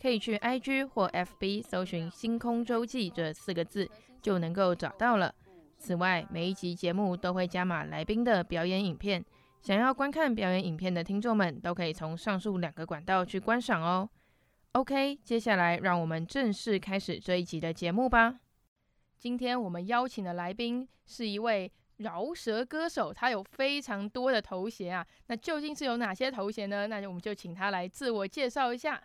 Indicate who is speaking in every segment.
Speaker 1: 可以去 IG 或 FB 搜寻“星空周记”这四个字，就能够找到了。此外，每一集节目都会加码来宾的表演影片，想要观看表演影片的听众们，都可以从上述两个管道去观赏哦。OK，接下来让我们正式开始这一集的节目吧。今天我们邀请的来宾是一位饶舌歌手，他有非常多的头衔啊。那究竟是有哪些头衔呢？那就我们就请他来自我介绍一下。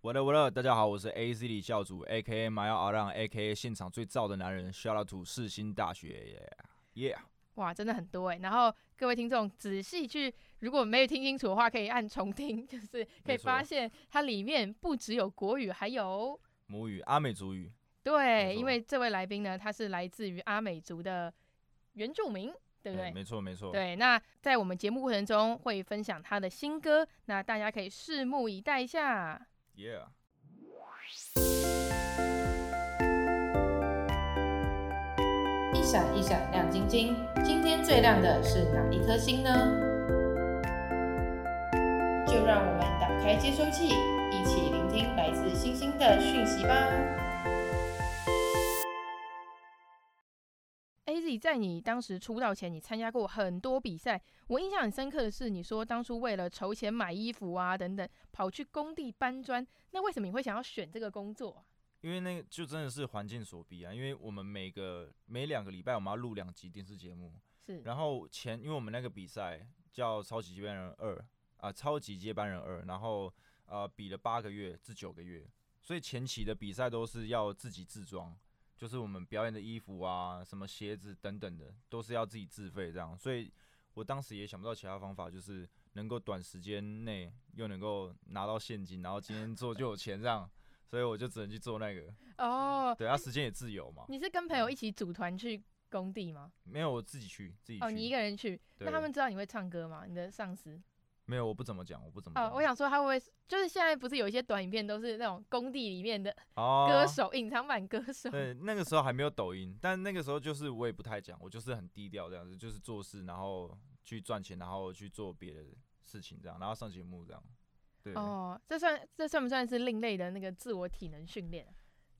Speaker 2: 我的我的，大家好，我是 A Z 李教主，A K A 麻药阿浪，A K A 现场最燥的男人，Shout out to 世新大学，Yeah，
Speaker 1: 哇，真的很多哎、然后各位听众仔细去，如果没有听清楚的话，可以按重听， 就是可以
Speaker 2: 没错
Speaker 1: 发现它里面不只有国语，还有
Speaker 2: 母语阿美族语，
Speaker 1: 对，
Speaker 2: 没错
Speaker 1: 因为这位来宾呢，他是来自于阿美族的原住民，对不对？
Speaker 2: 哎没错没错，
Speaker 1: 对，那在我们节目过程中会分享他的新歌，那大家可以拭目以待一下。
Speaker 2: ，Yeah，
Speaker 1: 一闪一闪亮晶晶，今天最亮的是哪一颗星呢？就让我们打开接收器，一起聆听来自星星的讯息吧。A Z，在你当时出道前，你参加过很多比赛。我印象很深刻的是，你说当初为了筹钱买衣服啊等等，跑去工地搬砖。那为什么你会想要选这个工作啊？
Speaker 2: 因为那个就真的是环境所逼啊，因为我们每个每两个礼拜我们要录两集电视节目，
Speaker 1: 是，
Speaker 2: 然后前因为我们那个比赛叫超级接班人二啊、超级接班人二，然后呃比了八个月至九个月，所以前期的比赛都是要自己自装，就是我们表演的衣服啊、什么鞋子等等的，都是要自己自费这样。所以我当时也想不到其他方法，就是能够短时间内又能够拿到现金，然后今天做就有钱这样，所以我就只能去做那个。
Speaker 1: 哦、
Speaker 2: 对，啊，时间也自由嘛，
Speaker 1: 你是跟朋友一起组团去工地吗？
Speaker 2: 没有我自己去自己去。
Speaker 1: 哦，你一个人去，那
Speaker 2: 对
Speaker 1: 他们知道你会唱歌吗？你的上司？
Speaker 2: 没有，我不怎么讲，我不怎么
Speaker 1: 哦
Speaker 2: 讲。，
Speaker 1: 我想说他会不会就是现在不是有一些短影片都是那种工地里面的
Speaker 2: 哦
Speaker 1: 歌手，隐、藏版歌手。
Speaker 2: 对，那个时候还没有抖音，但那个时候就是我也不太讲，我就是很低调这样子，就是做事，然后去赚钱，然后去做别的事情这样，然后上节目这样。对，
Speaker 1: 哦，这算这算不算是另类的那个自我体能训练啊？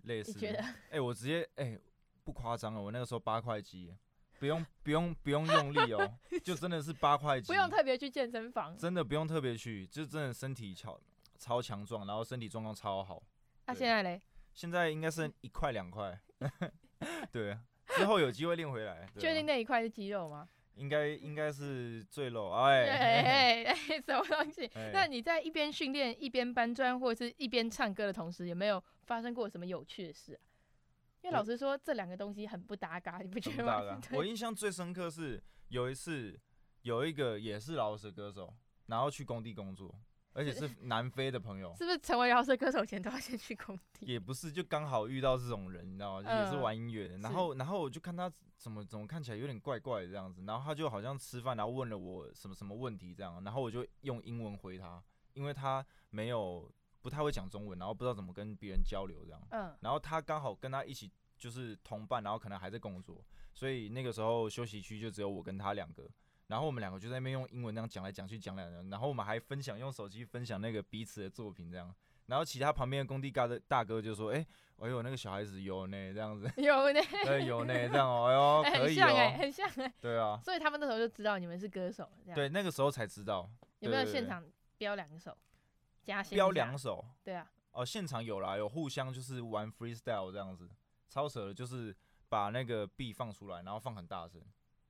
Speaker 2: 类
Speaker 1: 你
Speaker 2: 似。
Speaker 1: 觉得
Speaker 2: 哎、我直接哎、不夸张哦，我那个时候八块肌，不用不用不用用 力哦，就真的是八块肌，
Speaker 1: 不用特别去健身房？
Speaker 2: 真的不用特别去，就真的身体超超强壮，然后身体状况超好。
Speaker 1: 那、
Speaker 2: 对
Speaker 1: 现在嘞，
Speaker 2: 现在应该剩一块两块， 对，啊之后有机会练回来。对
Speaker 1: 确
Speaker 2: 啊
Speaker 1: 定那一块是肌肉吗？
Speaker 2: 应该应该是最 low，
Speaker 1: 对，
Speaker 2: 哎，
Speaker 1: 哎哎什么东西？
Speaker 2: 哎
Speaker 1: 那你在一边训练一边搬砖或者是一边唱歌的同时，有没有发生过什么有趣的事啊、因为
Speaker 2: 我
Speaker 1: 老实说，这两个东西很不搭嘎，你不觉
Speaker 2: 很
Speaker 1: 得
Speaker 2: 不
Speaker 1: 吗
Speaker 2: 搭？嘎
Speaker 1: 对
Speaker 2: 我印象最深刻是有一次有一个也是饶舌歌手，然后去工地工作，而且是南非的朋友，
Speaker 1: 是不是成为饶舌歌手前都要先去工地？
Speaker 2: 也不是就刚好遇到这种人，你知道吗？
Speaker 1: 嗯
Speaker 2: 也是玩音乐的，然
Speaker 1: 是
Speaker 2: 后然后我就看他怎么怎么看起来有点怪怪的这样子，然后他就好像吃饭，然后问了我什么什么问题这样，然后我就用英文回他，因为他没有不太会讲中文，然后不知道怎么跟别人交流这样。
Speaker 1: 嗯，，
Speaker 2: 然后他刚好跟他一起就是同伴，然后可能还在工作，所以那个时候休息区就只有我跟他两个，然后我们两个就在那边用英文那样讲来讲去讲两人，然后我们还分享用手机分享那个彼此的作品这样，然后其他旁边的工地大的大哥就说，哎、哎呦那个小孩子有呢这样子
Speaker 1: 有呢，
Speaker 2: 对有呢这样哦，
Speaker 1: 哎
Speaker 2: 哎呦可
Speaker 1: 很
Speaker 2: 以
Speaker 1: 像哎、
Speaker 2: 哦，
Speaker 1: 很像哎、
Speaker 2: 对啊，
Speaker 1: 所以他们那时候就知道你们是歌手了，这样
Speaker 2: 对那个时候才知道
Speaker 1: 有没有
Speaker 2: 对对
Speaker 1: 现
Speaker 2: 对
Speaker 1: 场飙两首？加薪一
Speaker 2: 标
Speaker 1: 下
Speaker 2: 两首，
Speaker 1: 对啊，
Speaker 2: 哦，现场有啦，有互相就是玩 freestyle 这样子，超扯的，就是把那个币放出来，然后放很大声，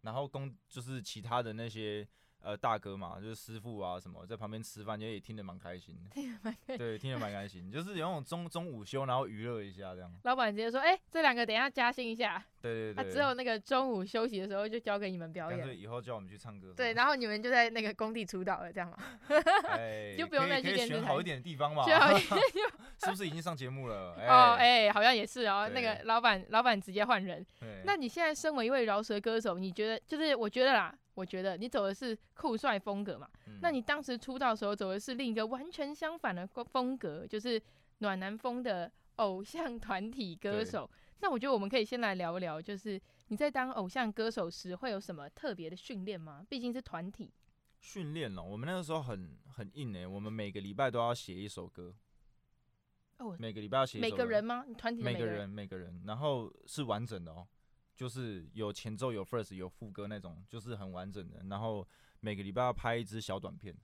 Speaker 2: 然后公就是其他的那些呃大哥嘛，就是师傅啊什么，在旁边吃饭，也也听得蛮开心 的，
Speaker 1: 听得蛮开
Speaker 2: 对，听得蛮开心，就是有那种中中午休，然后娱乐一下这样，
Speaker 1: 老板直接说：“哎、这两个等一下加薪一下，
Speaker 2: 对对
Speaker 1: 他、
Speaker 2: 对，
Speaker 1: 只有那个中午休息的时候就交给你们表
Speaker 2: 干
Speaker 1: 演。
Speaker 2: 脆以后叫我们去唱歌，
Speaker 1: 对，然后你们就在那个工地出道了，这样吗？
Speaker 2: 后 哎，
Speaker 1: 就不用
Speaker 2: 可
Speaker 1: 再
Speaker 2: 以
Speaker 1: 去
Speaker 2: 可以
Speaker 1: 电视
Speaker 2: 选
Speaker 1: 台
Speaker 2: 好一点的地方嘛，
Speaker 1: 就要
Speaker 2: 是不是已经上节目了？
Speaker 1: 哦，
Speaker 2: 哎，
Speaker 1: 哎、好像也是哦。那
Speaker 2: 对
Speaker 1: 个老板，老板直接换人。
Speaker 2: 对
Speaker 1: 那你现在身为一位饶舌歌手，你觉得就是我觉得啦，我觉得你走的是酷帅风格嘛？
Speaker 2: 嗯
Speaker 1: 那你当时出道的时候走的是另一个完全相反的风风格，就是暖男风的偶像团体歌
Speaker 2: 对
Speaker 1: 手。那我觉得我们可以先来聊一聊，就是你在当偶像歌手时会有什么特别的训练吗？毕竟是团体，
Speaker 2: 训练哦，我们那个时候很很硬诶、我们每个礼拜都要写一首歌，
Speaker 1: 哦
Speaker 2: 每个礼拜要写一
Speaker 1: 每
Speaker 2: 首
Speaker 1: 个
Speaker 2: 歌
Speaker 1: 人吗？你团体的
Speaker 2: 每
Speaker 1: 个
Speaker 2: 个人每个人，然后是完整的哦，就是有前奏、有 first、有副歌那种，就是很完整的。然后每个礼拜要拍一支小短片，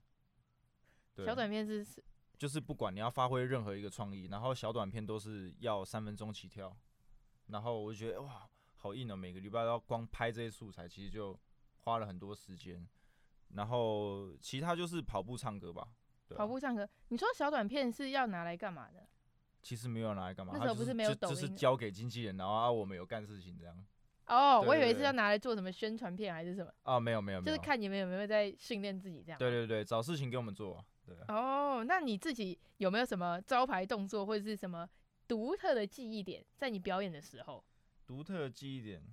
Speaker 2: 对，
Speaker 1: 小短片是是
Speaker 2: 就是不管你要发挥任何一个创意，然后小短片都是要三分钟起跳。然后我就觉得哇，好硬哦，每个礼拜都要光拍这些素材，其实就花了很多时间。然后其他就是跑步、唱歌吧。对啊
Speaker 1: 跑步唱歌。你说小短片是要拿来干嘛的？
Speaker 2: 其实没有拿来干嘛，
Speaker 1: 那
Speaker 2: 他
Speaker 1: 时候
Speaker 2: 就
Speaker 1: 不
Speaker 2: 是
Speaker 1: 是没有
Speaker 2: 就
Speaker 1: 抖
Speaker 2: 就是
Speaker 1: 音的
Speaker 2: 交给经纪人，然后啊我们有干事情这样
Speaker 1: 哦、
Speaker 2: 对
Speaker 1: 我以
Speaker 2: 对
Speaker 1: 为是
Speaker 2: 对
Speaker 1: 要拿来做什么宣传片还是什么，
Speaker 2: 啊，没有没有没
Speaker 1: 就
Speaker 2: 有，
Speaker 1: 是看你们有没有在训练自己这样。
Speaker 2: 对对对，找事情给我们做，啊对，
Speaker 1: 哦，那你自己有没有什么招牌动作或者是什么独特的记忆点，在你表演的时候？
Speaker 2: 独特的记忆点，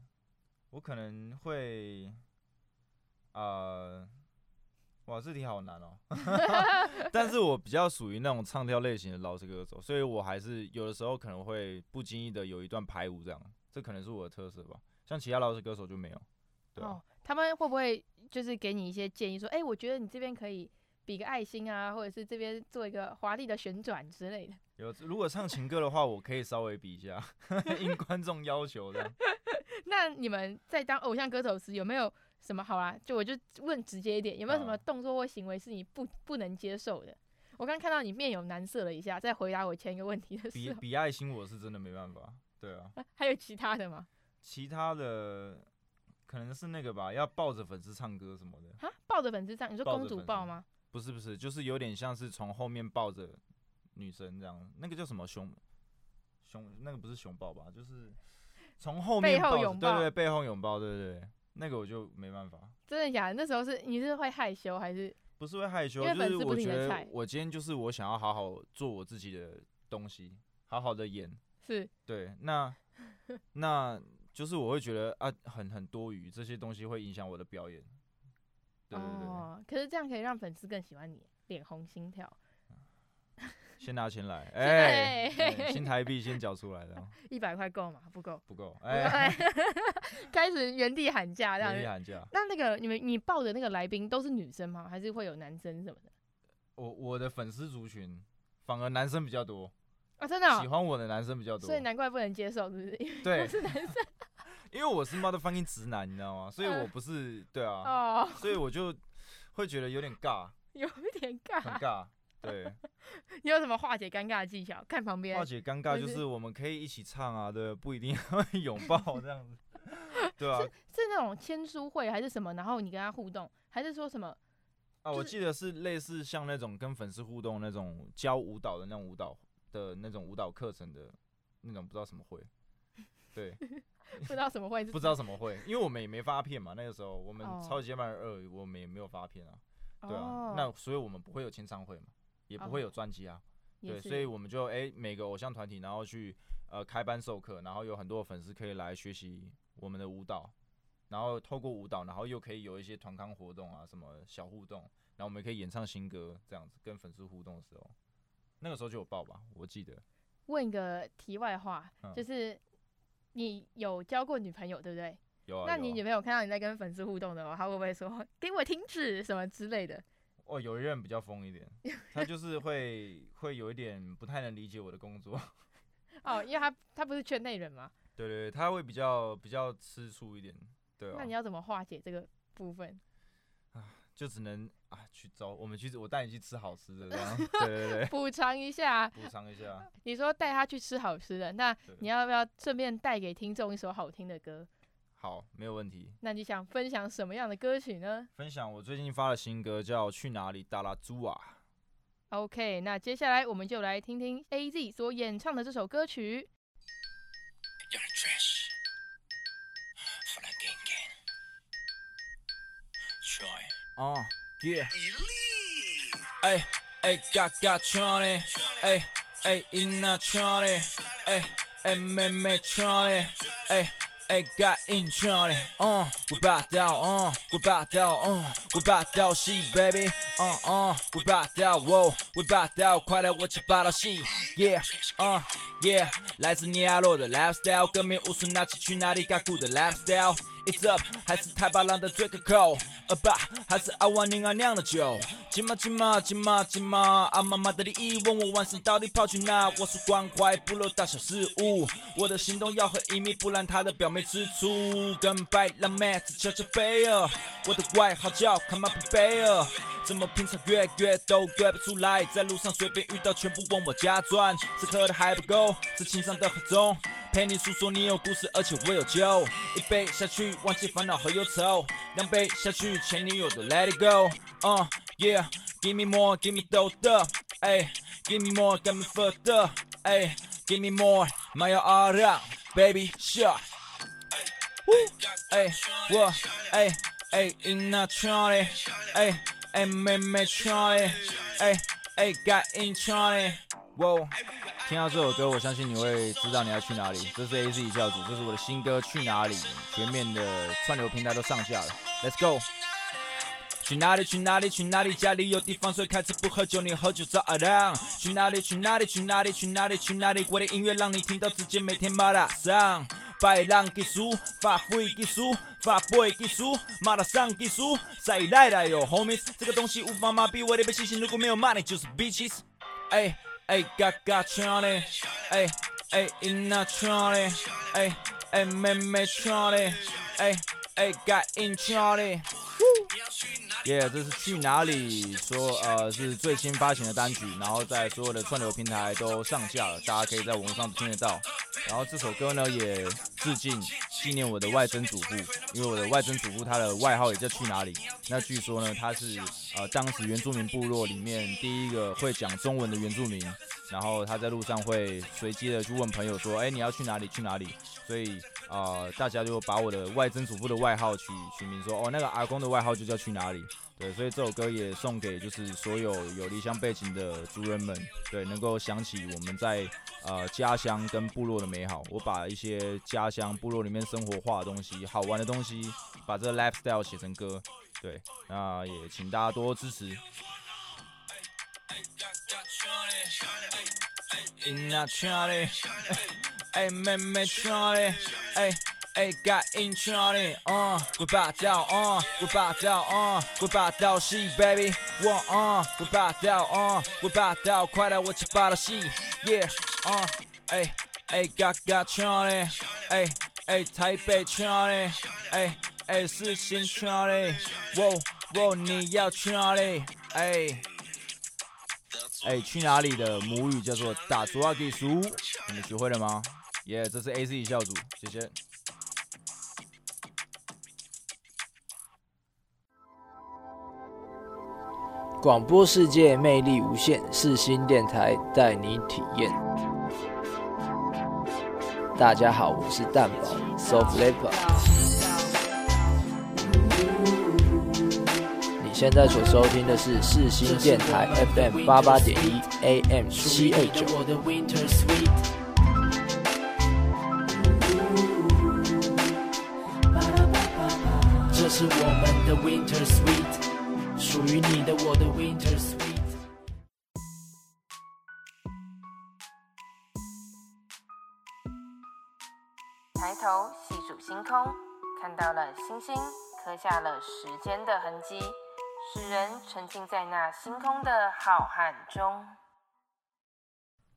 Speaker 2: 我可能会，呃，哇，这题好难哦， 但是我比较属于那种唱跳类型的老式歌手，所以我还是有的时候可能会不经意的有一段排舞这样，这可能是我的特色吧，像其他老式歌手就没有，对啊、
Speaker 1: 哦，他们会不会就是给你一些建议，说，哎、我觉得你这边可以比个爱心啊，或者是这边做一个华丽的旋转之类的？
Speaker 2: 有如果唱情歌的话，我可以稍微比一下， 应观众要求这样。
Speaker 1: 那你们在当偶像歌手时有没有什么好啊啦？就我就问直接一点，有没有什么
Speaker 2: 啊
Speaker 1: 动作或行为是你不不能接受的？我刚看到你面有难色了一下，在回答我前一个问题的
Speaker 2: 比
Speaker 1: 时候，
Speaker 2: 比爱心我是真的没办法，对啊，
Speaker 1: 还有其他的吗？
Speaker 2: 其他的可能是那个吧，要抱着粉丝唱歌什么的，
Speaker 1: 啊，抱着粉丝站，你说
Speaker 2: 抱
Speaker 1: 公
Speaker 2: 着
Speaker 1: 主
Speaker 2: 粉丝
Speaker 1: 抱吗？
Speaker 2: 不是不是，就是有点像是从后面抱着女生这样，那个叫什么熊熊，那个不是熊抱吧，就是从后
Speaker 1: 背
Speaker 2: 面
Speaker 1: 后
Speaker 2: 抱着，
Speaker 1: 拥
Speaker 2: 对
Speaker 1: 抱
Speaker 2: 对对，背后拥抱，对对对，那个我就没办法，
Speaker 1: 真的假的？那时候是你是会害羞还是？
Speaker 2: 不是会害羞，
Speaker 1: 因为
Speaker 2: 就
Speaker 1: 粉
Speaker 2: 是
Speaker 1: 丝不
Speaker 2: 我
Speaker 1: 是你
Speaker 2: 觉
Speaker 1: 的
Speaker 2: 得
Speaker 1: 菜
Speaker 2: 我今天就是我想要好好做我自己的东西，好好的演，
Speaker 1: 是
Speaker 2: 对， 那那就是我会觉得啊，很很多余，这些东西会影响我的表演。对对对，
Speaker 1: 哦，可是这样可以让粉丝更喜欢你，脸红心跳，
Speaker 2: 先拿钱来，哎、
Speaker 1: 在
Speaker 2: 哎新台币先缴出来的，
Speaker 1: 一百块够吗？不 够，
Speaker 2: 不够，
Speaker 1: 不够
Speaker 2: 哎、
Speaker 1: 开始原地喊价这样
Speaker 2: 欸，
Speaker 1: 子。
Speaker 2: 寒假。
Speaker 1: 那那个你们你抱的那个来宾都是女生吗？还是会有男生什么的？
Speaker 2: 我我的粉丝族群反而男生比较多，
Speaker 1: 啊，真的哦、
Speaker 2: 喜欢我的男生比较多
Speaker 1: 所以，难怪不能接 受，是不是？因为
Speaker 2: 对
Speaker 1: 都，是男生
Speaker 2: 因为我是 motherfucking 直男，你知道吗？所以
Speaker 1: 嗯
Speaker 2: 我不是，对 啊，
Speaker 1: 哦，
Speaker 2: 所以我就会觉得有点尬，
Speaker 1: 有一点尬。
Speaker 2: 很尬， 对。
Speaker 1: 你有什么化解尴尬的技巧？看旁
Speaker 2: 化
Speaker 1: 边，
Speaker 2: 解尴尬
Speaker 1: 就
Speaker 2: 就是是我们可以一起唱啊，对，不一定要拥抱这样 子，对啊。
Speaker 1: 是那种签书会还是什么？然后你跟他互动，还是说什 么？
Speaker 2: 啊，
Speaker 1: 就
Speaker 2: 我
Speaker 1: 是
Speaker 2: 记得是类似像那种跟粉丝互动那种教舞蹈的那种舞蹈的那种舞蹈课程的那种不知道什么会，对，
Speaker 1: 不知道什么会是
Speaker 2: 不知道什么会，因为我们也没发片嘛，那个时候我们
Speaker 1: 哦
Speaker 2: 超级接班人二我们也没有发片啊，对啊
Speaker 1: 哦，
Speaker 2: 那所以我们不会有签唱会嘛，也不会有专辑啊，
Speaker 1: 也
Speaker 2: 对，
Speaker 1: 是
Speaker 2: 所以我们就哎、每个偶像团体，然后去呃开班授课，然后有很多粉丝可以来学习我们的舞蹈，然后透过舞蹈，然后又可以有一些团康活动啊，什么小互动，然后我们也可以演唱新歌这样子，跟粉丝互动的时候，那个时候就有报吧，我记得
Speaker 1: 问一个题外话，
Speaker 2: 嗯
Speaker 1: 就是你有交过女朋友，对不对？
Speaker 2: 有啊。
Speaker 1: 那
Speaker 2: 有
Speaker 1: 你
Speaker 2: 啊
Speaker 1: 女朋友看到你在跟粉丝互动的话，她会不会说“给我停止”什么之类的？
Speaker 2: 哦，有一任比较疯一点，他就是会会有一点不太能理解我的工作，
Speaker 1: 哦，因为她她不是圈内人嘛，
Speaker 2: 对对对，他会比较比较吃醋一点，对啊。
Speaker 1: 那你要怎么化解这个部分？
Speaker 2: 就只能啊去走，我们去我带你去吃好吃的，这样 对对对，
Speaker 1: 补偿一下。
Speaker 2: 补偿一下。
Speaker 1: 你说带他去吃好吃的，那
Speaker 2: 对
Speaker 1: 你要不要顺便带给听众一首好听的歌？
Speaker 2: 好，没有问题。
Speaker 1: 那你想分享什么样的歌曲呢
Speaker 2: 分享我最近发的新歌叫《去哪里达拉猪啊
Speaker 1: ？OK，那接下来我们就来听听 AZ 所演唱的这首歌曲。
Speaker 3: You're trash. For the gang gang. Troy.》
Speaker 2: 啊耶！
Speaker 3: Elite.
Speaker 2: 哎哎嘎嘎唱嘞，哎哎伊那唱嘞，哎哎妹妹唱嘞，哎哎嘎硬唱嘞，嗯，我霸道，嗯，我霸道，嗯，我霸道戏，baby，嗯 Uh, 嗯，我霸道，哦，我霸道，快来我去霸道戏，yeah，嗯，yeah，来自尼亚洛的 lifestyle，歌名无损那起去哪里嘎咕的 lifestyle。It's up，还是太巴郎的最可口，呃吧，还是阿万宁阿酿的酒。金马金马金马金马，阿妈妈的利益问我晚上到底跑去哪？我是关怀部落大小事务，我的行动要很隐秘，不然她的表妹吃醋。跟白浪妹子悄悄飞儿，我的外号叫卡马普贝尔。怎么平常月月都对不出来，在路上随便遇到全部往我家钻。这喝的还不够，这情商的很重。陪你诉说你有故事，而且我有救。一杯下去，忘记烦恼和忧愁；两杯下去，前女友的 Let it go。Uh yeah, give me more, give me dope up. Ay, give me more, get me fucked up. Ay, give me more, my all up, baby shot. Ay, what? Ay, ay, in a Charlie. Ay, ay, me me Charlie. Ay, ay, got in Charlie. Whoa. 听到这首歌，我相信你会知道你要去哪里。这是 A Z 教主，这是我的新歌《去哪里》，全面的串流平台都上架了。Let's go。去哪里？去哪里？去哪里？家里有地方睡，开车不喝酒，你喝酒找阿浪。去哪里？去哪里？去哪里？去哪里？去哪里？我的音乐让你听到，直接每天马拉上。拜浪技术，发挥技术，发挥技术，马拉上技术，再来来哟，homies，这个东西无法麻痹我的被信心，如果没有 money 就是 bitches。哎哎，嘎嘎唱嘞，哎哎，音呐唱嘞，哎哎，妹妹唱嘞，哎哎，嘎音唱嘞。耶这是去哪里？说呃是最新发行的单曲，然后在所有的串流平台都上架了，大家可以在网络上听得到。然后这首歌呢也致敬纪念我的外曾祖父，因为我的外曾祖父他的外号也叫去哪里。那据说呢他是呃当时原住民部落里面第一个会讲中文的原住民，然后他在路上会随机的去问朋友说，哎你要去哪里？去哪里？所以呃，大家就把我的外曾祖父的外号取取名说，哦，那个阿公的外号就叫去哪里。对，所以这首歌也送给就是所有有离乡背景的族人们，对，能够想起我们在呃家乡跟部落的美好。我把一些家乡部落里面生活化的东西、好玩的东西，把这个 lifestyle 写成歌。对，那也请大家多支持。In a Charlie. 哎，妹妹唱嘞，哎哎，该硬唱嘞，嗯，我霸道，嗯，我霸道，嗯，我霸道戏，baby，我，嗯，我霸道，嗯，我霸道，快来我去霸道戏，yeah，嗯，哎哎，嘎嘎唱嘞，哎哎，台北唱嘞，哎哎，四星唱嘞，喔喔，你要去哪里？哎。哎，去哪里的母语叫做打竹阿给叔，你们学会了吗？耶、这是 A Z 教主，谢谢。
Speaker 4: 广播世界魅力无限，四星电台带你体验。大家好，我是蛋宝 Soft Leper。你现在所收听的是四星电台 FM 八八点一 AM 七二九。
Speaker 5: 我的 Winter Sweet。这是我们的 Winter Sweet，属于你的我的 Winter Sweet。
Speaker 1: 抬头细数星空，看到了星星，刻下了时间的痕迹，使人沉浸在那星空的浩瀚中。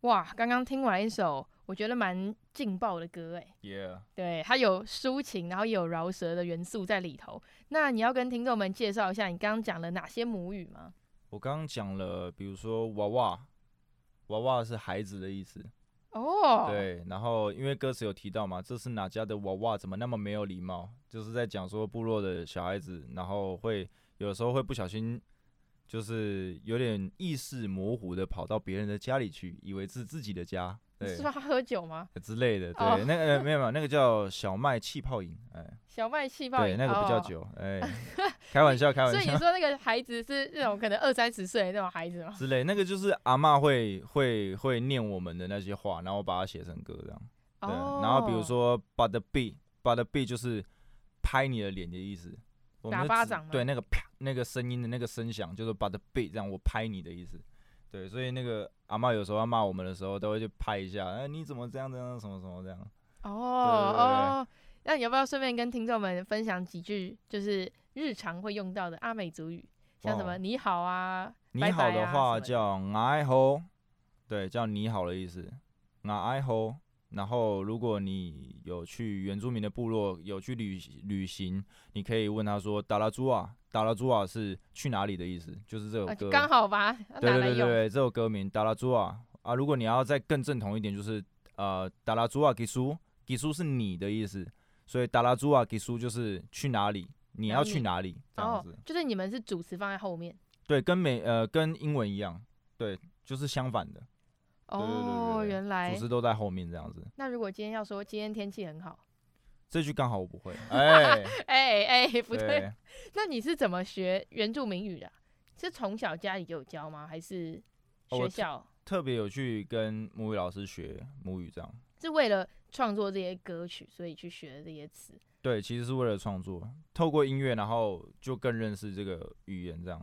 Speaker 1: 哇，刚刚听完一首，我我觉得蛮劲爆的歌哎。
Speaker 2: ，Yeah，
Speaker 1: 对，它有抒情，然后也有饶舌的元素在里头。那你要跟听众们介绍一下你刚刚讲了哪些母语吗？
Speaker 2: 我刚刚讲了，比如说娃娃，娃娃是孩子的意思，
Speaker 1: 哦，，
Speaker 2: 对。然后因为歌词有提到嘛，这是哪家的娃娃，怎么那么没有礼貌？就是在讲说部落的小孩子，然后会有时候会不小心，就是有点意识模糊的跑到别人的家里去，以为是自己的家，对
Speaker 1: 是。怕他喝酒吗？
Speaker 2: 之类的，对，
Speaker 1: 哦
Speaker 2: 那个、呃没有没有，那个叫小麦气泡饮，哎，
Speaker 1: 小麦气泡
Speaker 2: 对，
Speaker 1: 饮
Speaker 2: 那个不叫
Speaker 1: 哦
Speaker 2: 酒，哎， 开玩笑，开玩
Speaker 1: 所以你
Speaker 2: 笑
Speaker 1: 说那个孩子是那种可能二三十岁的那种孩子吗？
Speaker 2: 之类，那个就是阿嬷会会会念我们的那些话，然后把它写成歌这样。对，然后比
Speaker 1: 哦
Speaker 2: 如说 b u t the beat，b u t the beat 就是拍你的脸的意思，我们
Speaker 1: 打
Speaker 2: 的
Speaker 1: 巴
Speaker 2: 指
Speaker 1: 掌吗
Speaker 2: 对，那个啪那个声音的那个声响就是 b u t the beat，这样我拍你的意思。对，所以那个阿嬷有时候要骂我们的时候，都会去拍一下，哎，你怎么这样这样什么什么这样。
Speaker 1: 哦
Speaker 2: 对对
Speaker 1: 哦，那你要不要顺便跟听众们分享几句，就是日常会用到的阿美族语，像什么
Speaker 2: 哦
Speaker 1: 你好啊，
Speaker 2: 你
Speaker 1: 拜
Speaker 2: 好
Speaker 1: 拜
Speaker 2: 的
Speaker 1: 啊
Speaker 2: 话
Speaker 1: 什么
Speaker 2: 叫“爱吼”，对，叫你好的意思，“爱吼”。然后，如果你有去原住民的部落，有去旅旅行，你可以问他说“达拉朱啊”，“达拉朱啊”是去哪里的意思，就是这首
Speaker 1: 啊就
Speaker 2: 歌。
Speaker 1: 刚好吧，拿
Speaker 2: 对
Speaker 1: 来
Speaker 2: 对对
Speaker 1: 用。
Speaker 2: 对，这首歌名“达拉朱啊”啊。如果你要再更正统一点，就是呃“达拉朱啊吉苏”，吉苏是你的意思，所以“达拉朱啊吉苏”就是去哪里，你
Speaker 1: 哪
Speaker 2: 要去
Speaker 1: 里
Speaker 2: 哪里这样
Speaker 1: 哦
Speaker 2: 子。，
Speaker 1: 就是你们是主词放在后面。
Speaker 2: 对，跟美呃跟英文一样，对，就是相反的，对对对
Speaker 1: 哦，
Speaker 2: 对
Speaker 1: 原来
Speaker 2: 主。词都在后面这样子。
Speaker 1: 那如果今天要说今天天气很好，
Speaker 2: 这句刚好我不 会，哎，
Speaker 1: 哎哎，不对，
Speaker 2: 对，
Speaker 1: 那你是怎么学原住民语的啊？是从小家里就有教吗？还是
Speaker 2: 哦我
Speaker 1: 学
Speaker 2: 特
Speaker 1: 校？
Speaker 2: 特别有去跟母语老师学母语这样。
Speaker 1: 是为了创作这些歌曲，所以去学的这些词。
Speaker 2: 对，其实是为了创作，透过音乐，然后就更认识这个语言这样。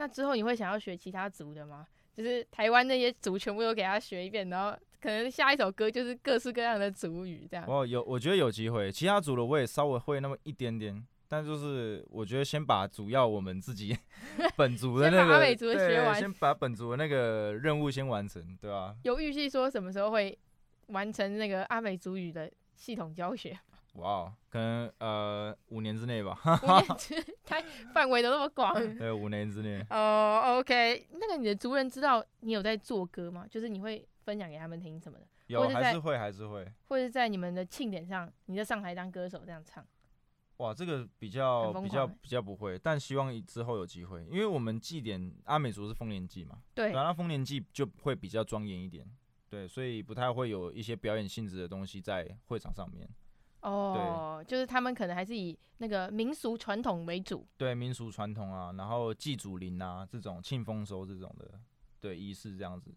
Speaker 1: 那之后你会想要学其他族的吗？就是台湾那些族全部都给他学一遍，然后可能下一首歌就是各式各样的族语这样。
Speaker 2: 我有，我觉得有机会，其他组的我也稍微会那么一点点。但就是我觉得先把主要我们 自己本族的
Speaker 1: 先
Speaker 2: 那
Speaker 1: 把阿
Speaker 2: 个，
Speaker 1: 美族的学
Speaker 2: 对
Speaker 1: 完
Speaker 2: 先把本族的那个任务先完成，对吧、
Speaker 1: 有预计说什么时候会完成那个阿美族语的系统教学？
Speaker 2: 哇哦，可能呃五年之内吧，
Speaker 1: 五年之太范围都那么广。
Speaker 2: 对，五年之内。
Speaker 1: 哦、o k 那个你的族人知道你有在做歌吗？就是你会分享给他们听什么的，
Speaker 2: 有
Speaker 1: 或者
Speaker 2: 还
Speaker 1: 在
Speaker 2: 是会还是会。
Speaker 1: 或者在你们的庆典上，你在上台当歌手这样唱。
Speaker 2: 哇，这个比较
Speaker 1: 很疯
Speaker 2: 比较
Speaker 1: 狂欸
Speaker 2: 比较不会，但希望以之后有机会，因为我们祭典阿美族是丰年祭嘛，
Speaker 1: 对
Speaker 2: 然，后丰年祭就会比较庄严一点，对，所以不太会有一些表演性质的东西在会场上面。
Speaker 1: 哦，就是他们可能还是以那个民俗传统为主。
Speaker 2: 对民俗传统啊，然后祭祖灵啊这种庆丰收这种的，对仪式这样子。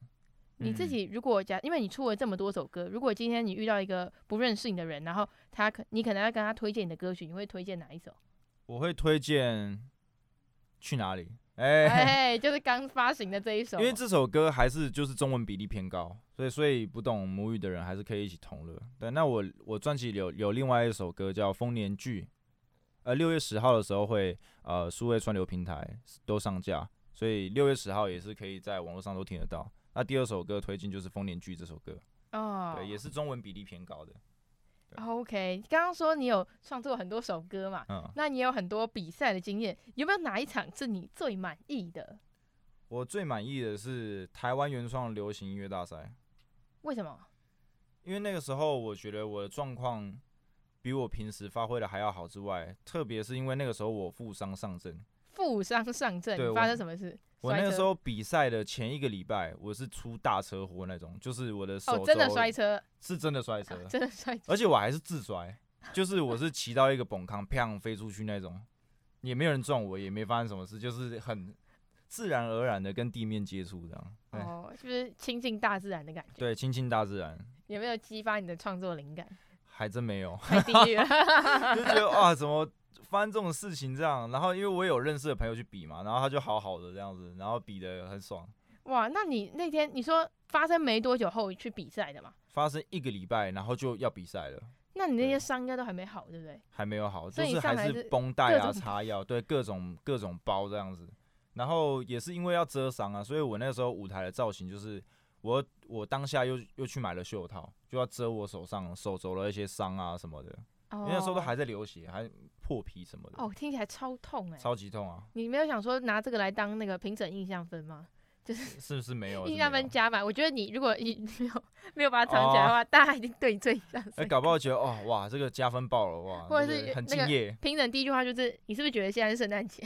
Speaker 1: 你自
Speaker 2: 嗯
Speaker 1: 己如果假，因为你出了这么多首歌，如果今天你遇到一个不认识你的人，然后他可你可能要跟他推荐你的歌曲，你会推荐哪一首？
Speaker 2: 我会推荐去哪 里？ 哎、
Speaker 1: 哎，就是刚发行的这一首。
Speaker 2: 因为这首歌还是就是中文比例偏高，所以所以不懂母语的人还是可以一起同乐。对，那我我专辑里有有另外一首歌叫《丰年剧》，呃，六月十号的时候会呃数位串流平台都上架，所以六月十号也是可以在网络上都听得到。那第二首歌推荐就是《丰年剧》这首歌，
Speaker 1: 哦
Speaker 2: 对，也是中文比例偏高的。
Speaker 1: OK。刚刚说你有创作很多首歌嘛，
Speaker 2: 嗯，
Speaker 1: 那你也有很多比赛的经验，有没有哪一场是你最满意的？
Speaker 2: 我最满意的是台湾原创流行音乐大赛，
Speaker 1: 为什么？
Speaker 2: 因为那个时候我觉得我的状况比我平时发挥的还要好之外，特别是因为那个时候我负伤上阵，
Speaker 1: 负伤上阵，
Speaker 2: 对
Speaker 1: 你
Speaker 2: 我
Speaker 1: 发生什么事？
Speaker 2: 我
Speaker 1: 摔
Speaker 2: 那个
Speaker 1: 车
Speaker 2: 时候比赛的前一个礼拜，我是出大车祸那种，就是我的手
Speaker 1: 哦，真的
Speaker 2: 肘
Speaker 1: 摔车，啊
Speaker 2: 是真的呃摔车，
Speaker 1: 真的 摔车。
Speaker 2: 而且我还是自摔，就是我是骑到一个崩坑，砰飞出去那种，也没有人撞我，也没发生什么事，就是很自然而然的跟地面接触这样。对
Speaker 1: 哦，就是亲近大自然的感觉。
Speaker 2: 对，亲近大自然，
Speaker 1: 有没有激发你的创作 灵感？
Speaker 2: 还真没有。
Speaker 1: 太地狱了。
Speaker 2: 就觉得哇，怎么发生这种事情这样？然后因为我有认识的朋友去比嘛，然后他就好好的这样子，然后比的很爽。
Speaker 1: 哇，那你那天你说发生没多久后去比赛的嘛？
Speaker 2: 发生一个礼拜，然后就要比赛了，
Speaker 1: 那你那些
Speaker 2: 对
Speaker 1: 伤应该都还没好，对不对？
Speaker 2: 还没有好，
Speaker 1: 所
Speaker 2: 就
Speaker 1: 以你
Speaker 2: 是
Speaker 1: 上来
Speaker 2: 还
Speaker 1: 是
Speaker 2: 是绷带
Speaker 1: 各
Speaker 2: 啊、
Speaker 1: 种
Speaker 2: 擦药，对，各种各种包这样子。然后也是因为要遮伤啊，所以我那时候舞台的造型就是我我当下又又去买了袖套，就要遮我手上手肘的一些伤啊什么的，因
Speaker 1: 哦
Speaker 2: 为那时候都还在流血，还破皮什么的，
Speaker 1: 哦，听起来超痛哎、
Speaker 2: 超级痛啊！
Speaker 1: 你没有想说拿这个来当那个评审印象分吗？就是
Speaker 2: 是不是没有？
Speaker 1: 印
Speaker 2: 哦是
Speaker 1: 象
Speaker 2: 没有啊哦
Speaker 1: 分加满。我觉得你如果你 没有没有把它藏起来的话，大家一定对你最印象
Speaker 2: 哎、
Speaker 1: 深刻。
Speaker 2: 搞不好觉得哦哇，这个加分爆了哇，
Speaker 1: 或者
Speaker 2: 这个
Speaker 1: 是
Speaker 2: 很
Speaker 1: 那
Speaker 2: 敬
Speaker 1: 个
Speaker 2: 业。
Speaker 1: 评审第一句话就是：“你是不是觉得现在是圣诞节？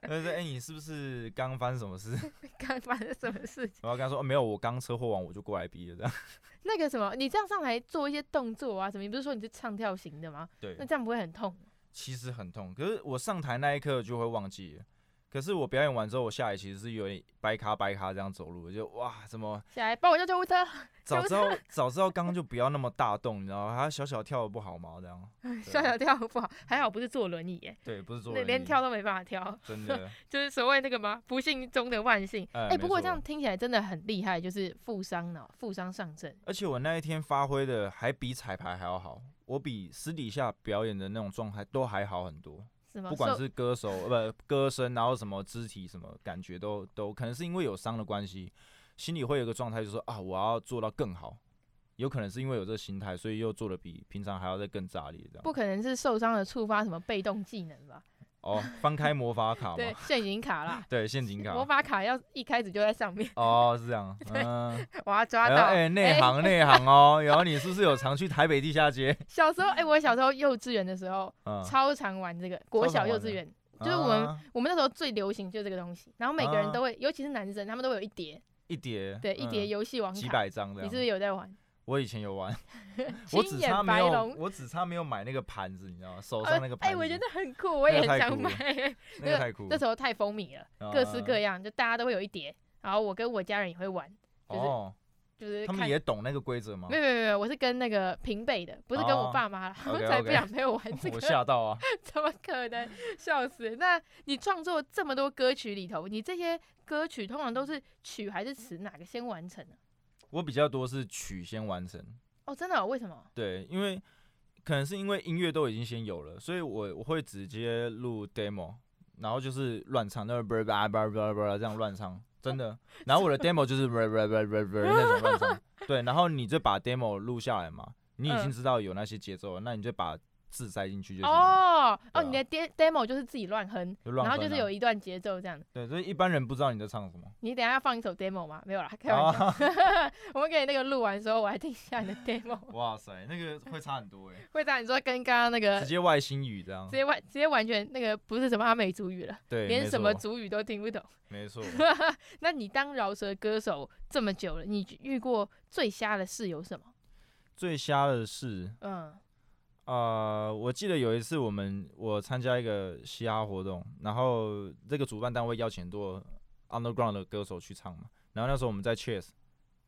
Speaker 2: 但是哎、你是不是刚发生什么事？
Speaker 1: 刚发生什么事情
Speaker 2: 然后跟他说、哦、没有，我刚车祸完我就过来逼的这样。？”
Speaker 1: 那个什么，你这样上来做一些动作啊什么？你不是说你是唱跳型的吗？
Speaker 2: 对
Speaker 1: 那，这样不会很痛吗？
Speaker 2: 其实很痛，可是我上台那一刻就会忘记了。可是我表演完之后，我下来其实是有点掰咖掰咖这样走路，就哇，怎么
Speaker 1: 下来帮我叫救护车。
Speaker 2: 早
Speaker 1: 就
Speaker 2: 知道 早知道刚刚就不要那么大动，你知道吗？他小小跳的不好吗？这样
Speaker 1: 哎小小跳不好，还好不是坐轮椅欸耶，
Speaker 2: 对，不是做
Speaker 1: 那
Speaker 2: 人
Speaker 1: 连
Speaker 2: 力
Speaker 1: 跳都没办法跳，
Speaker 2: 真的
Speaker 1: 就是所谓那个吗？不幸中的万幸。
Speaker 2: 哎
Speaker 1: 不
Speaker 2: 没
Speaker 1: 过这
Speaker 2: 错
Speaker 1: 样听起来真的很厉害，就是负伤脑、负伤上阵。
Speaker 2: 而且我那一天发挥的还比彩排还要好，我比私底下表演的那种状态都还好很多。
Speaker 1: 是吗？
Speaker 2: 不管
Speaker 1: 受
Speaker 2: 是歌手呃不歌声，然后什么肢体什么感觉都都可能是因为有伤的关系，心里会有一个状态，就是说啊我要做到更好，有可能是因为有这个心态，所以又做的比平常还要再更炸裂这样。
Speaker 1: 不可能是受伤了触发什么被动技能吧？
Speaker 2: 哦，翻开魔 法卡嘛，
Speaker 1: 对，陷阱卡啦，
Speaker 2: 对陷阱卡
Speaker 1: 魔。法卡要一开始就在上面，
Speaker 2: 哦，是这 样，嗯，
Speaker 1: 我要抓
Speaker 2: 哎
Speaker 1: 到。
Speaker 2: 呦哎，内 行内行哦，然后你是不是有常去台北地下街？
Speaker 1: 小时候，哎、我小时候幼稚园的时候，
Speaker 2: 嗯，
Speaker 1: 超常玩这个，国
Speaker 2: 超常
Speaker 1: 小
Speaker 2: 玩
Speaker 1: 幼
Speaker 2: 的
Speaker 1: 稚园。就是我们
Speaker 2: 啊
Speaker 1: 我们那时候最流行就是这个东西，然后每个人
Speaker 2: 啊
Speaker 1: 都会，尤其是男生，他们都会有一叠，
Speaker 2: 一叠，
Speaker 1: 对，一叠
Speaker 2: 嗯
Speaker 1: 游戏王
Speaker 2: 几
Speaker 1: 卡。
Speaker 2: 百张这
Speaker 1: 你
Speaker 2: 样
Speaker 1: 是不。是有在玩？
Speaker 2: 我以前 有玩，我只
Speaker 1: 青
Speaker 2: 差
Speaker 1: 眼
Speaker 2: 没
Speaker 1: 白
Speaker 2: 有，
Speaker 1: 龙，
Speaker 2: 我只差没有买那个盘子，你知道吗？手
Speaker 1: 呃
Speaker 2: 上那个
Speaker 1: 哎、
Speaker 2: 盘子，
Speaker 1: 我觉得很酷，我也
Speaker 2: 那个
Speaker 1: 很
Speaker 2: 太
Speaker 1: 想
Speaker 2: 酷
Speaker 1: 买
Speaker 2: 了。那个太酷了，
Speaker 1: 那时候太风靡了，各式各
Speaker 2: 嗯
Speaker 1: 样，就大家都会有一叠，然后我跟我家人也会玩，就是
Speaker 2: 哦，
Speaker 1: 就是
Speaker 2: 他
Speaker 1: 看。
Speaker 2: 们也懂那个规则吗
Speaker 1: 没？有没有没有，我是跟那个平辈的，不是跟我
Speaker 2: 哦
Speaker 1: 爸妈啦，我
Speaker 2: OK，
Speaker 1: 才不
Speaker 2: OK
Speaker 1: 想陪我玩这
Speaker 2: 我
Speaker 1: 个，
Speaker 2: 吓到啊！
Speaker 1: 怎么可能？笑死！那你创作这么多歌曲里头，你这些歌曲通常都是曲还是词哪个先完成呢、
Speaker 2: 我比较多是曲先完成，
Speaker 1: 哦，真的、哦？为什么？
Speaker 2: 对，因为可能是因为音乐都已经先有了，所以我我会直接录 demo，然后就是乱唱，那叭叭叭叭叭这样乱唱，真的。然后我的 demo 就是 叭叭叭叭叭那种乱唱，对。然后你就把 demo 录下来嘛，你已经
Speaker 1: 嗯
Speaker 2: 知道有那些节奏了，那你就把字塞进去就行了。
Speaker 1: 哦哦，
Speaker 2: 对
Speaker 1: 你
Speaker 2: 啊
Speaker 1: 的 de- demo 就是自己乱哼，
Speaker 2: 就乱
Speaker 1: 然后
Speaker 2: 哼
Speaker 1: 就是
Speaker 2: 啊
Speaker 1: 有一段节奏这样。
Speaker 2: 对，所以一般人不知道你在唱什么。
Speaker 1: 你等一下要放一首 demo 吗？没有啦，开玩
Speaker 2: 哦
Speaker 1: 笑。 我们给那个录完之后，我来听一下你的 demo。
Speaker 2: 哇塞，那个会差很多哎、
Speaker 1: 会长，你说跟刚刚那个
Speaker 2: 直接外星语这样
Speaker 1: 直。接完直接完全那个不是什么阿美族语了，
Speaker 2: 对，
Speaker 1: 连
Speaker 2: 没
Speaker 1: 什么
Speaker 2: 错
Speaker 1: 族语都听不懂。
Speaker 2: 没错，
Speaker 1: 那你当饶舌歌手这么久了，你遇过最瞎的事有什么？
Speaker 2: 最瞎的是，
Speaker 1: 嗯，
Speaker 2: 呃，我记得有一次我们我参加一个嘻哈活动，然后这个主办单位邀请很多 underground 的歌手去唱嘛，然后那时候我们在 Cheers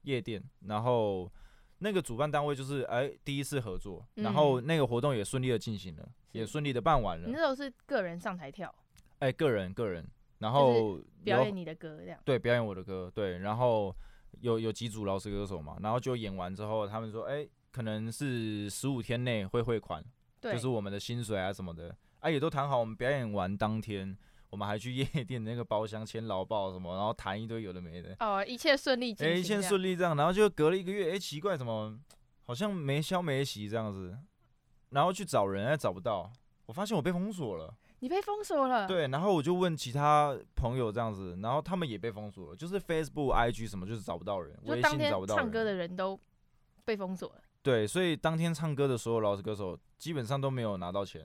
Speaker 2: 夜店，然后那个主办单位就是哎、第一次合作，然后那个活动也顺利的进行了，也
Speaker 1: 嗯是
Speaker 2: 顺利的办完
Speaker 1: 你那
Speaker 2: 了，
Speaker 1: 时候是个人上台跳
Speaker 2: 哎、个人个人，然
Speaker 1: 就是
Speaker 2: 后
Speaker 1: 表
Speaker 2: 有
Speaker 1: 演你的歌这样，
Speaker 2: 对，表演我的歌，对，然后有有几组饶舌歌手嘛，然后就演完之后，他们说，哎、可能是十五天内会汇款，
Speaker 1: 对，
Speaker 2: 就是我们的薪水啊什么的，啊也都谈好，我们表演完当天，我们还去夜店那个包厢签劳报什么，然后谈一堆有的没的，
Speaker 1: 哦，一切顺利进
Speaker 2: 哎、
Speaker 1: 行，
Speaker 2: 一切顺利这样，然后就隔了一个月，哎、奇怪，怎么好像没消没息这样子，然后去找人，哎，找不到。我发现我被封锁了，
Speaker 1: 你被封锁了，，
Speaker 2: 对，然后我就问其他朋友这样子，然后他们也被封锁了，就是 Facebook、IG 什么，就是找不到人，
Speaker 1: 就
Speaker 2: 微
Speaker 1: 当
Speaker 2: 信
Speaker 1: 天
Speaker 2: 找不到
Speaker 1: 唱
Speaker 2: 人。
Speaker 1: 歌的人都被封锁了，
Speaker 2: 对，所以当天唱歌的所有老师歌手基本上都没有拿到 钱，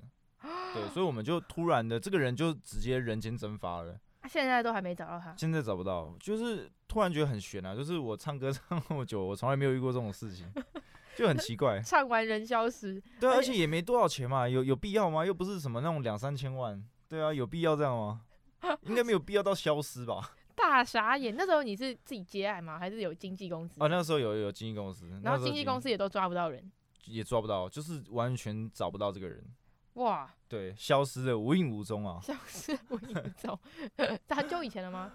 Speaker 2: 对，所以我们就突然的这个人就直接人间蒸发了，
Speaker 1: 啊现在都还没找到他，
Speaker 2: 现在找不到，就是突然觉得很悬啊，就是我唱歌唱那么久，我从来没有遇过这种事情，就很 奇怪。
Speaker 1: 唱完人消失，
Speaker 2: 对啊，
Speaker 1: 而
Speaker 2: 而
Speaker 1: 且
Speaker 2: 且也没多少钱嘛，有有必要吗？又不是什么那种两三千万，对啊，有必要这样吗？应该没有必要到消失吧？
Speaker 1: 大傻眼。那时候你是自己接案吗？还是有经纪公司？
Speaker 2: 啊，那时候有有经纪公司，那
Speaker 1: 然后
Speaker 2: 时候
Speaker 1: 经纪公司也都抓不到人，
Speaker 2: 也抓不到，就是完全找不到这个人，
Speaker 1: 哇，
Speaker 2: 对，消失的无影无踪啊，
Speaker 1: 消失无影无踪，很久以前了吗？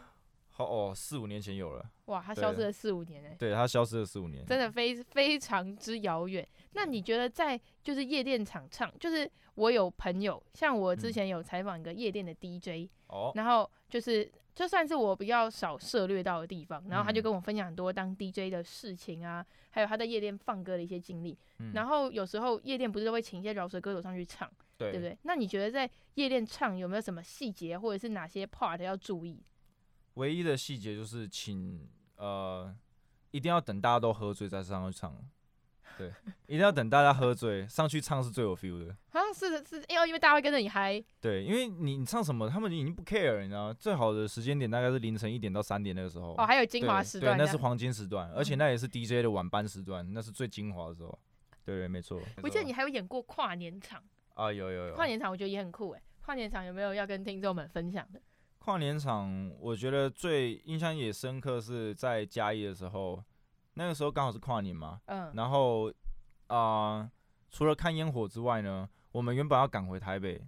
Speaker 2: 好哦，四五年前有了，
Speaker 1: 哇，它
Speaker 2: 对
Speaker 1: 消失了四五年哎、
Speaker 2: 对，它消失了四五年。
Speaker 1: 真的非非常之遥远。那你觉得在就是夜店场唱，就是我有朋友，像我之
Speaker 2: 嗯
Speaker 1: 前有采访一个夜店的 DJ，、
Speaker 2: 哦，
Speaker 1: 然后就是就算是我比较少涉略到的地方，然后他就
Speaker 2: 嗯
Speaker 1: 跟我分享很多当 DJ 的事情啊，还有他在夜店放歌的一些经历。
Speaker 2: 嗯
Speaker 1: 然后有时候夜店不是都会请一些饶舌歌手上去唱，
Speaker 2: 对
Speaker 1: 对不对？那你觉得在夜店唱有没有什么细节，或者是哪些 part 要注意？
Speaker 2: 唯一的细节就是请呃，一定要等大家都喝醉再上去唱，对，一定要等大家喝醉上去唱是最有 feel 的。
Speaker 1: 啊，是的是，要因为大家会跟着你嗨，
Speaker 2: 对，因为你你唱什么，他们已经不 care，你知道吗，最好的时间点大概是凌晨一点到三点那个时候。
Speaker 1: 哦，还有精
Speaker 2: 对
Speaker 1: 华时
Speaker 2: 对，
Speaker 1: 段这
Speaker 2: 那
Speaker 1: 样，
Speaker 2: 是黄金时段，而且
Speaker 1: 嗯
Speaker 2: 那也是 DJ 的晚班时段，那是最精华的时候。对，没错。
Speaker 1: 我记得
Speaker 2: 没
Speaker 1: 你
Speaker 2: 错
Speaker 1: 还有演过跨年场，
Speaker 2: 啊，有有有
Speaker 1: 跨年场我觉得也很酷哎。跨年场有没有要跟听众们分享的？
Speaker 2: 跨年场，我觉得最印象也深刻是在嘉义的时候，那个时候刚好是跨年嘛，
Speaker 1: 嗯，
Speaker 2: 然后啊、除了看烟火之外呢，我们原本要赶回台北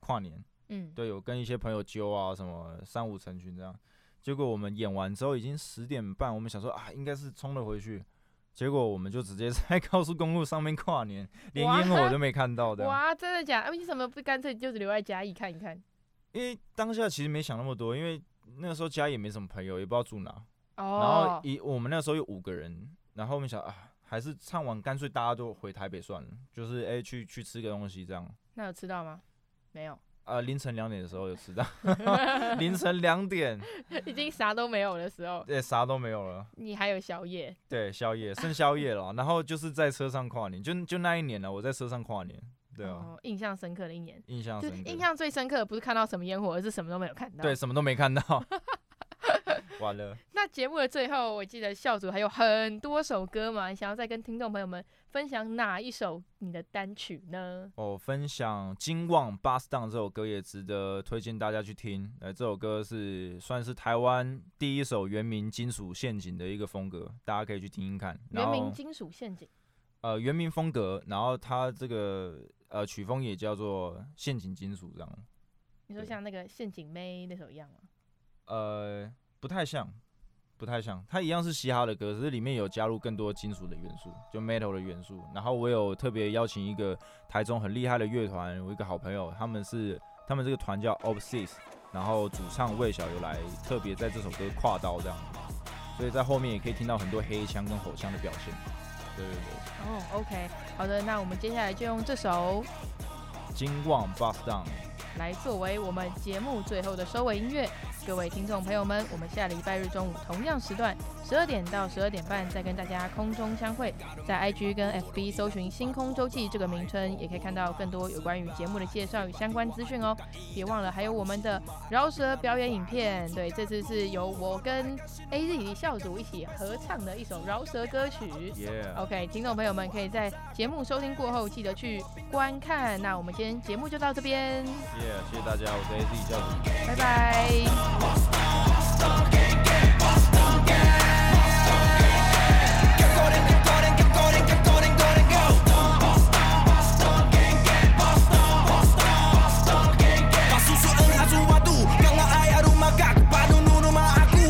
Speaker 2: 跨年，
Speaker 1: 嗯，
Speaker 2: 对，有跟一些朋友揪啊，什么三五成群这样。结果我们演完之后已经十点半，我们想说啊，应该是冲了回去，结果我们就直接 在高速公路上面跨年，连
Speaker 1: 哇
Speaker 2: 烟火都没看到的。
Speaker 1: 哇，真的假的？啊为什么不干脆就留在嘉义看一看？
Speaker 2: 因为当下其实没想那么多，因为那个时候家也没什么朋友，也不知道住哪。然后
Speaker 1: 哦，
Speaker 2: 一我们那时候有五个人，然后我们想啊，还是唱完干脆大家都回台北算了，就是哎、去去吃个东西这样。
Speaker 1: 那有吃到吗？没 有，
Speaker 2: 啊，凌晨两点的时候 有吃到， 凌晨两点，
Speaker 1: 已经啥都没有的时候，
Speaker 2: 对、啥都没有了，
Speaker 1: 你还有宵夜，
Speaker 2: 对，宵夜剩宵 夜了，然后就是在车上跨年，就就那一年呢，我在车上跨年，对啊，
Speaker 1: 哦，印象深刻的一年，
Speaker 2: 印象
Speaker 1: 就是
Speaker 2: 深刻，
Speaker 1: 印象最深刻的不是看到什么烟火，而是什么都没有看到。
Speaker 2: 对，，什么都没看到， 完了，
Speaker 1: 那节目的最后，我记得校主还有很多首歌嘛，你想要再跟听众朋友们分享哪一首你的单曲呢？
Speaker 2: 哦，分享《金旺 Bus Down》这首歌也值得推荐大家去听。呃，这首歌是算是台湾第一首原名金属陷阱的一个风格，大家可以去听听看。然
Speaker 1: 原
Speaker 2: 后
Speaker 1: 名金属陷阱。
Speaker 2: 呃原名风格，然后它这个呃曲风也叫做陷阱金属这样。
Speaker 1: 你说
Speaker 2: 对
Speaker 1: 像那个陷阱妹那首一样吗？
Speaker 2: 呃，不太像，不太像，它一样是嘻哈的歌，只是里面有加入更多金属的元素，就 metal 的元素。然后我有特别邀请一个台中很厉害的乐团，我一个好朋友，他们是他们这个团叫 Obsess，然后主唱魏小由来特别在这首歌跨刀这样，所以在后面也可以听到很多黑枪跟吼枪的表现。对对对，
Speaker 1: 哦，OK，好的，那我们接下来就用这首
Speaker 2: 金旺 Bust Down，
Speaker 1: 来作为我们节目最后的收尾音乐。各位听众朋友们，我们下礼拜日中午同样时段，十二点到十二点半再跟大家空中相会。在 IG 跟 FB 搜寻“星空周记”这个名称，也可以看到更多有关于节目的介绍与相关资讯哦。别忘了还有我们的饶舌表演影片，对，这次是由我跟 AZ 校主一起合唱的一首饶舌歌曲。
Speaker 2: 耶、yeah.！
Speaker 1: OK，听众朋友们可以在节目收听过后记得去观看。那我们今天节目就到这边，
Speaker 2: 耶、谢谢大家，我是 AZ 教主。
Speaker 1: 拜拜。
Speaker 6: Pasusuan asu watu Kanga ay arumakak Panununuma aku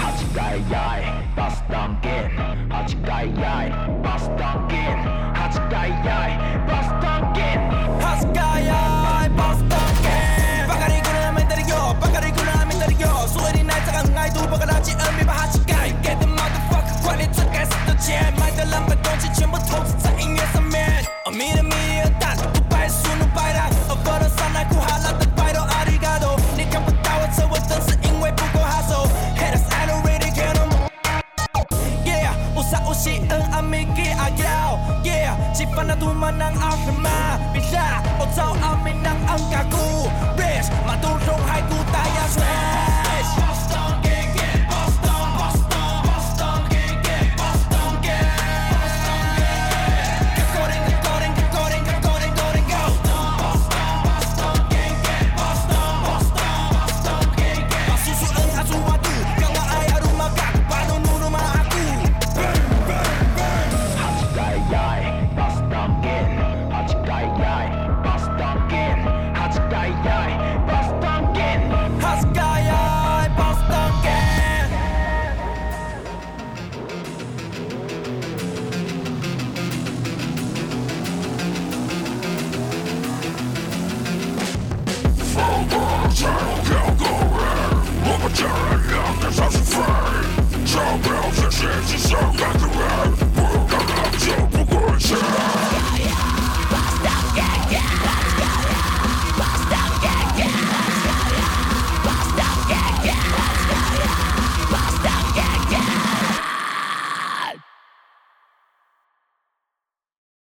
Speaker 6: Hachikayay Bastangin Hachikayay Bastangin Hachikayay Bastangin Hachikayay Bastangin Bakari ko na naman taryo Bakari ko na naman taryo Suwari na sa kangay Tu bakalachi ang biba hachikay Get the motherfucker Quality sa kasa to jam May dalang batong Si chimbo tong sa inyo sa man Amina miya tat Dubai sunu baira Avara sana ku halat the bairo arigato Ni kapatawa sa watan sa ingway buko haso Haters I don't really care no more Yeah, usa usi ang amiki agyaw Yeah, si panatuma ng akma Bisa, utsaw amin ng ang kaku Bitch, matulong hay ku tayo smash